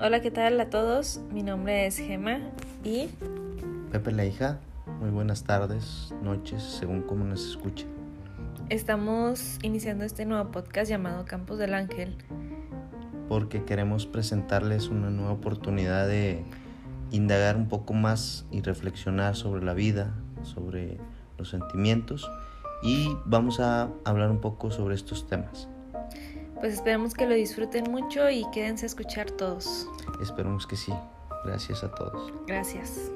Hola, ¿qué tal a todos? Mi nombre es Gema y Pepe la hija, muy buenas tardes, noches, según como nos escuche. estamos iniciando este nuevo podcast llamado Campos del Ángel. Porque queremos presentarles una nueva oportunidad de indagar un poco más y reflexionar sobre la vida, sobre los sentimientos y vamos a hablar un poco sobre estos temas. Pues esperemos que lo disfruten mucho y quédense a escuchar todos. Esperemos que sí. Gracias a todos. Gracias.